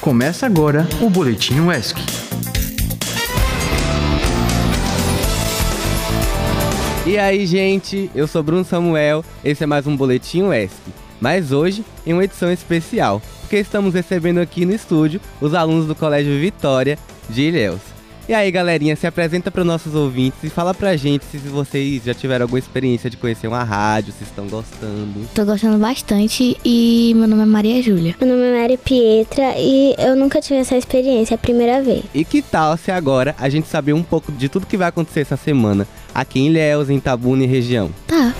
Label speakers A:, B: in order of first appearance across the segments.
A: Começa agora o Boletim UESC.
B: E aí, gente? Eu sou Bruno Samuel, esse é mais um Boletim UESC. Mas hoje, em uma edição especial, porque estamos recebendo aqui no estúdio os alunos do Colégio Vitória de Ilhéus. E aí, galerinha, se apresenta para os nossos ouvintes e fala pra gente se vocês já tiveram alguma experiência de conhecer uma rádio, se estão gostando.
C: Tô gostando bastante e meu nome é Maria Júlia.
D: Meu nome é Maria Pietra e eu nunca tive essa experiência, é a primeira vez.
B: E que tal se agora a gente saber um pouco de tudo que vai acontecer essa semana aqui em Ilhéus, em Tabuna e região?
C: Tá.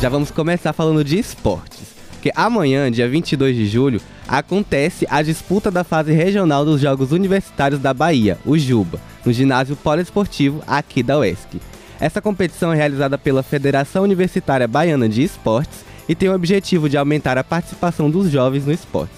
B: Já vamos começar falando de esportes. Porque amanhã, dia 22 de julho, acontece a disputa da fase regional dos Jogos Universitários da Bahia, o Juba, no ginásio poliesportivo aqui da UESC. Essa competição é realizada pela Federação Universitária Baiana de Esportes e tem o objetivo de aumentar a participação dos jovens no esporte.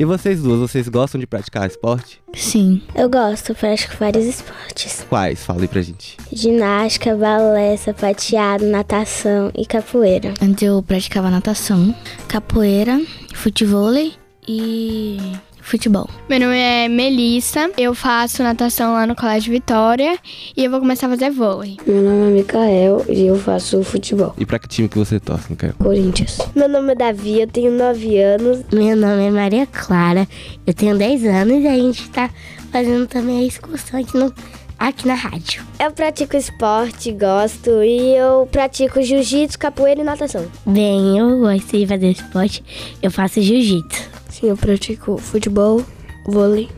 B: E vocês duas, vocês gostam de praticar esporte?
C: Sim.
D: Eu gosto, pratico vários esportes.
B: Quais? Fala aí pra gente.
D: Ginástica, balé, sapateado, natação e capoeira.
C: Antes eu praticava natação, capoeira, futevôlei e futebol.
E: Meu nome é Melissa, eu faço natação lá no Colégio Vitória e eu vou começar a fazer vôlei.
F: Meu nome é Micael e eu faço futebol.
B: E pra que time que você torce, Micael?
F: Corinthians.
G: Meu nome é Davi, eu tenho 9 anos.
H: Meu nome é Maria Clara, eu tenho 10 anos e a gente tá fazendo também a excursão aqui, no, aqui na rádio.
I: Eu pratico esporte, gosto e eu pratico jiu-jitsu, capoeira e natação.
H: Bem, eu gosto de fazer esporte, eu faço jiu-jitsu.
F: Sim, eu pratico futebol, vôlei,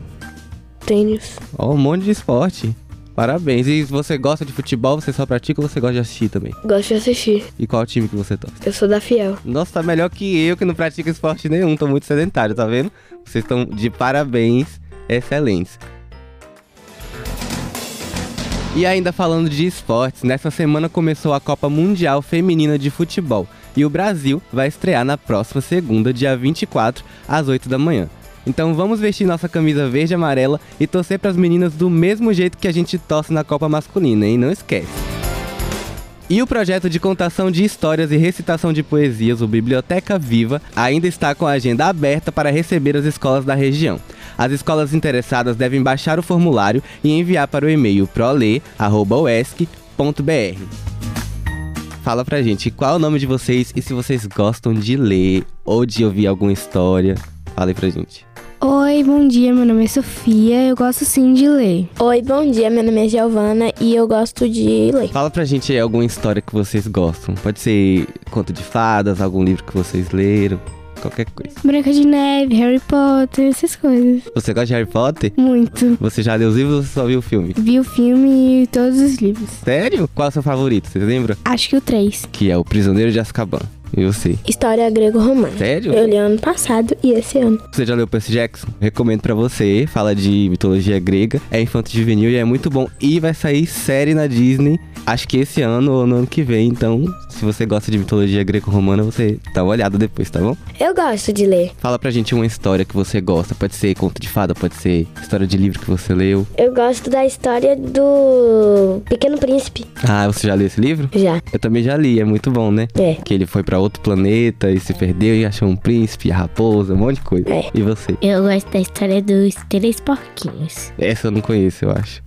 F: tênis.
B: Ó, um monte de esporte. Parabéns. E você gosta de futebol, você só pratica ou você gosta de assistir também?
F: Gosto de assistir.
B: E qual time que você torce?
F: Eu sou da Fiel.
B: Nossa, tá melhor que eu que não pratico esporte nenhum, tô muito sedentário, tá vendo? Vocês estão de parabéns, excelentes. E ainda falando de esportes, nessa semana começou a Copa Mundial Feminina de Futebol e o Brasil vai estrear na próxima segunda, dia 24, às 8 da manhã. Então vamos vestir nossa camisa verde e amarela e torcer para as meninas do mesmo jeito que a gente torce na Copa Masculina, hein? Não esquece! E o projeto de contação de histórias e recitação de poesias, o Biblioteca Viva, ainda está com a agenda aberta para receber as escolas da região. As escolas interessadas devem baixar o formulário e enviar para o e-mail prole@uesc.br. Fala pra gente qual é o nome de vocês e se vocês gostam de ler ou de ouvir alguma história. Fala aí pra gente.
J: Oi, bom dia, meu nome é Sofia, eu gosto sim de ler.
K: Oi, bom dia, meu nome é Giovana e eu gosto de ler.
B: Fala pra gente aí alguma história que vocês gostam. Pode ser conto de fadas, algum livro que vocês leram qualquer coisa.
J: Branca de Neve, Harry Potter, essas coisas.
B: Você gosta de Harry Potter?
J: Muito.
B: Você já leu os livros ou só viu o filme?
J: Vi o filme e todos os livros.
B: Sério? Qual é o seu favorito? Você lembra?
J: Acho que o 3.
B: Que é O Prisioneiro de Azkaban. Eu sei.
K: História grego-romana.
B: Sério?
K: Eu li ano passado e esse ano.
B: Você já leu Percy Jackson? Recomendo para você. Fala de mitologia grega, é infanto juvenil e é muito bom. E vai sair série na Disney, acho que esse ano ou no ano que vem. Então, se você gosta de mitologia grego-romana, você dá uma olhada depois, tá bom?
K: Eu gosto de ler.
B: Fala pra gente uma história que você gosta. Pode ser conto de fada, pode ser história de livro que você leu.
I: Eu gosto da história do Pequeno Príncipe.
B: Ah, você já leu esse livro?
I: Já.
B: Eu também já li, é muito bom, né?
I: É.
B: Que ele foi para outro planeta e se perdeu e achou um príncipe, a raposa, um monte de coisa.
I: É.
B: E você?
H: Eu gosto da história dos três porquinhos.
B: Essa eu não conheço, eu acho.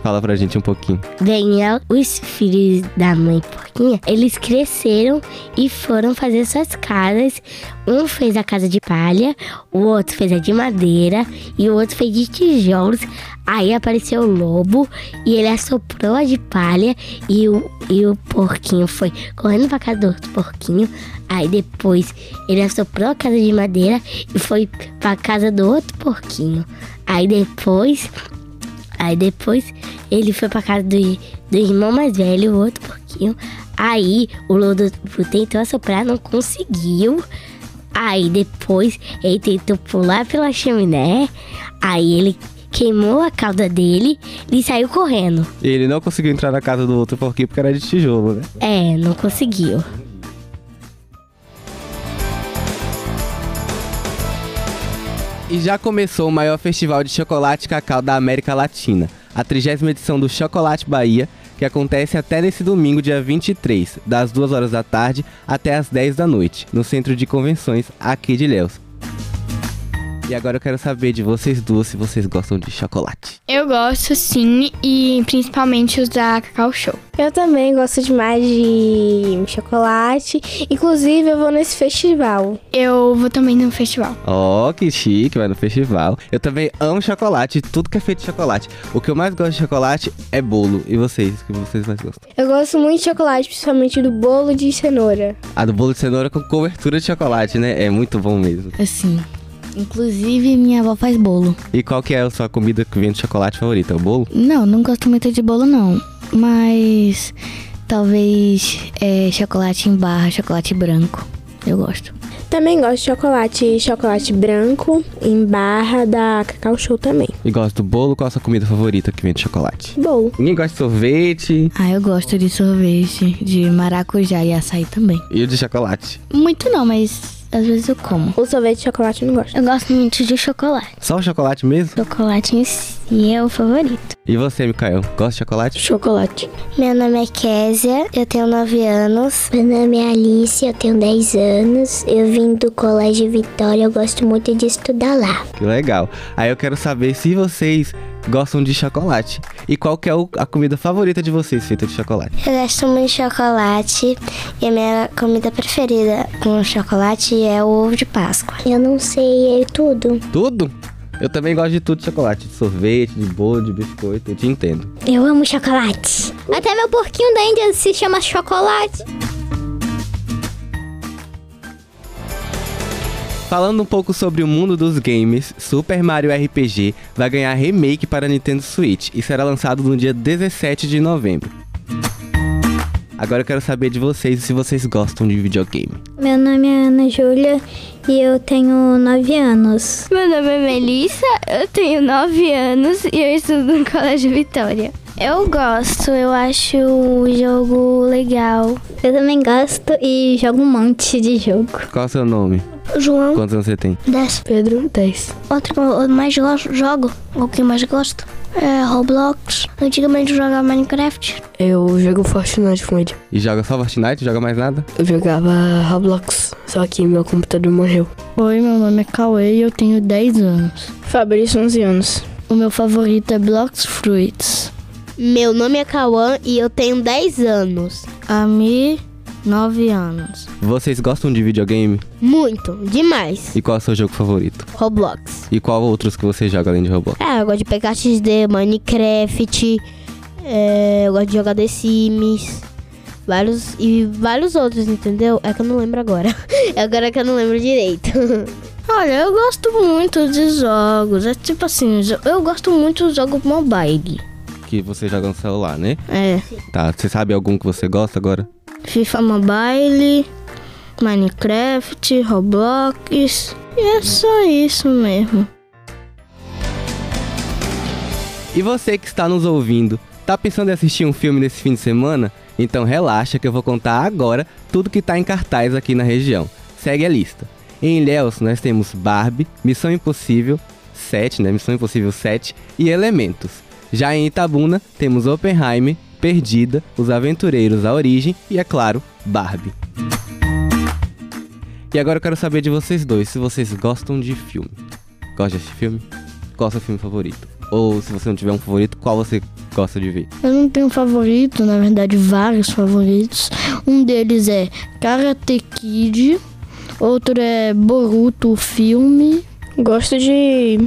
B: Fala pra gente um pouquinho.
H: Daniel, os filhos da mãe porquinha, eles cresceram e foram fazer suas casas. Um fez a casa de palha, o outro fez a de madeira e o outro fez de tijolos. Aí apareceu o lobo e ele assoprou a de palha e o, e o porquinho foi correndo pra casa do outro porquinho. Aí depois ele assoprou a casa de madeira e foi pra casa do outro porquinho. Aí depois Aí depois ele foi pra casa do, do irmão mais velho, o outro porquinho. Aí o lobo tentou assoprar, não conseguiu. Aí depois ele tentou pular pela chaminé. Aí ele queimou a cauda dele e saiu correndo.
B: Ele não conseguiu entrar na casa do outro porquinho porque era de tijolo, né?
H: É, não conseguiu.
B: E já começou o maior festival de chocolate e cacau da América Latina, a trigésima edição do Chocolate Bahia, que acontece até nesse domingo, dia 23, das 2 horas da tarde até as 10 da noite, no Centro de Convenções aqui de Léus. E agora eu quero saber de vocês duas se vocês gostam de chocolate.
E: Eu gosto sim, e principalmente os da Cacau Show.
F: Eu também gosto demais de chocolate. Inclusive, eu vou nesse festival.
E: Eu vou também no festival.
B: Oh, que chique, vai no festival. Eu também amo chocolate, tudo que é feito de chocolate. O que eu mais gosto de chocolate é bolo. E vocês? O que vocês mais gostam?
F: Eu gosto muito de chocolate, principalmente do bolo de cenoura.
B: Ah, do bolo de cenoura com cobertura de chocolate, né? É muito bom mesmo.
C: Assim. Inclusive, minha avó faz bolo.
B: E qual que é a sua comida que vem de chocolate favorita? O bolo?
C: Não, não gosto muito de bolo, não. Mas talvez é, chocolate em barra, chocolate branco. Eu gosto.
F: Também gosto de chocolate, chocolate branco em barra da Cacau Show também.
B: E gosto do bolo, qual a sua comida favorita que vem de chocolate?
F: Bolo.
B: Ninguém gosta de sorvete?
C: Ah, eu gosto de sorvete, de maracujá e açaí também.
B: E o de chocolate?
C: Muito não, mas às vezes eu como.
F: O sorvete de chocolate eu não gosto.
D: Eu gosto muito de chocolate.
B: Só o chocolate mesmo?
D: Chocolate em si é o favorito.
B: E você, Mikael? Gosta de chocolate?
F: Chocolate.
D: Meu nome é Kézia, eu tenho 9 anos. Meu nome é Alice, eu tenho 10 anos. Eu vim do Colégio Vitória, eu gosto muito de estudar lá.
B: Que legal. Aí eu quero saber se vocês gostam de chocolate. E qual que é a comida favorita de vocês feita de chocolate?
D: Eu gosto muito de chocolate e a minha comida preferida com chocolate é o ovo de Páscoa. Eu não sei, é tudo.
B: Tudo? Eu também gosto de tudo de chocolate, de sorvete, de bolo, de biscoito, eu te entendo.
D: Eu amo chocolate. Até meu porquinho da Índia se chama chocolate.
B: Falando um pouco sobre o mundo dos games, Super Mario RPG vai ganhar remake para Nintendo Switch e será lançado no dia 17 de novembro. Agora eu quero saber de vocês se vocês gostam de videogame.
L: Meu nome é Ana Júlia e eu tenho 9 anos.
M: Meu nome é Melissa, eu tenho 9 anos e eu estudo no Colégio Vitória.
N: Eu gosto, eu acho o jogo legal.
O: Eu também gosto e jogo um monte de jogo.
B: Qual é o seu nome?
P: João.
B: Quantos anos você tem?
P: 10.
F: Pedro, 10.
P: Outro que eu mais gosto, jogo, o que mais gosto é Roblox. Antigamente eu jogava Minecraft.
F: Eu jogo Fortnite com ele.
B: E joga só Fortnite? Joga mais nada?
F: Eu jogava Roblox, só que meu computador morreu.
Q: Oi, meu nome é Cauê e eu tenho 10 anos.
K: Fabrício, 11 anos.
Q: O meu favorito é Blocks Fruits.
R: Meu nome é Cauã e eu tenho 10 anos.
S: Ami, 9 anos.
B: Vocês gostam de videogame?
R: Muito, demais.
B: E qual é o seu jogo favorito?
R: Roblox.
B: E qual outros que você joga além de Roblox?
R: É, eu gosto de PKXD, Minecraft, é, eu gosto de jogar The Sims, vários e vários outros, entendeu? É que eu não lembro agora. É agora que eu não lembro direito.
S: Olha, eu gosto muito de jogos. É tipo assim, eu gosto muito de jogos mobile.
B: Que você joga no celular, né?
S: É.
B: Tá, você sabe algum que você gosta agora?
S: FIFA Mobile, Minecraft, Roblox. E é só isso mesmo.
B: E você que está nos ouvindo, tá pensando em assistir um filme nesse fim de semana? Então relaxa que eu vou contar agora tudo que está em cartaz aqui na região. Segue a lista. Em Ilhéus nós temos Barbie, Missão Impossível 7, né? Missão Impossível 7 e Elementos. Já em Itabuna temos Oppenheimer, Perdida, Os Aventureiros à Origem e, é claro, Barbie. E agora eu quero saber de vocês dois se vocês gostam de filme. Gosta desse filme? Qual é o seu filme favorito? Ou se você não tiver um favorito, qual você gosta de ver?
Q: Eu não tenho favorito, na verdade, vários favoritos. Um deles é Karate Kid, outro é Boruto, o filme.
K: Gosto de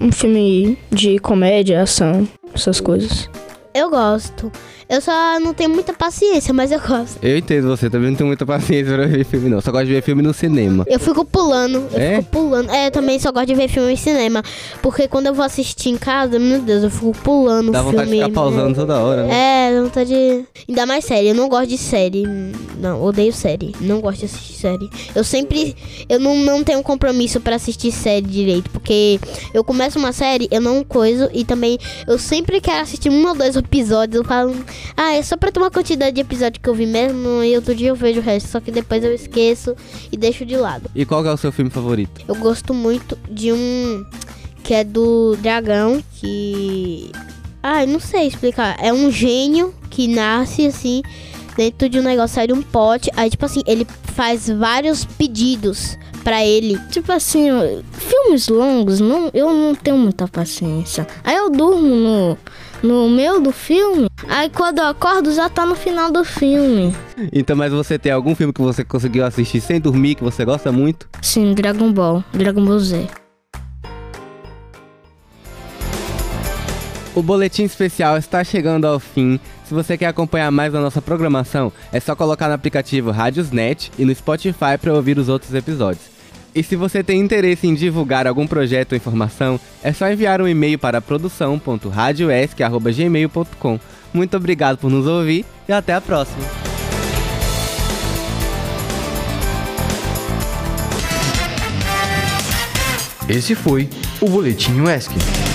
K: um filme de comédia, ação, essas coisas.
R: Eu gosto. Eu só não tenho muita paciência, mas eu gosto.
B: Eu entendo você, também não tenho muita paciência pra ver filme, não. Só gosto de ver filme no cinema.
R: Eu fico pulando, eu é? fico pulando. É, eu também só gosto de ver filme em cinema. Porque quando eu vou assistir em casa, meu Deus, eu fico pulando.
B: Dá vontade
R: filme,
B: de ficar pausando
R: né?
B: toda hora,
R: né? É, dá vontade de. Ainda mais série. Eu não gosto de série. Não, odeio série. Não gosto de assistir série. Eu sempre. Eu não, não tenho compromisso pra assistir série direito. Porque eu começo uma série, eu não coiso. E também eu sempre quero assistir um ou dois episódios. Eu falo. Ah, é só pra ter uma quantidade de episódio que eu vi mesmo e outro dia eu vejo o resto. Só que depois eu esqueço e deixo de lado.
B: E qual é o seu filme favorito?
R: Eu gosto muito de um que é do dragão, que. Ah, eu não sei explicar. É um gênio que nasce assim dentro de um negócio, sai de um pote. Aí, tipo assim, ele faz vários pedidos para ele.
H: Tipo assim, filmes longos, não, eu não tenho muita paciência. Aí eu durmo no, no meu do filme. Aí quando eu acordo já tá no final do filme.
B: Então, mas você tem algum filme que você conseguiu assistir sem dormir, que você gosta muito?
H: Sim, Dragon Ball, Dragon Ball Z.
B: O boletim especial está chegando ao fim. Se você quer acompanhar mais a nossa programação, é só colocar no aplicativo Rádiosnet e no Spotify para ouvir os outros episódios. E se você tem interesse em divulgar algum projeto ou informação, é só enviar um e-mail para produção.radioesc@gmail.com. Muito obrigado por nos ouvir e até a próxima.
A: Esse foi o boletim UESC.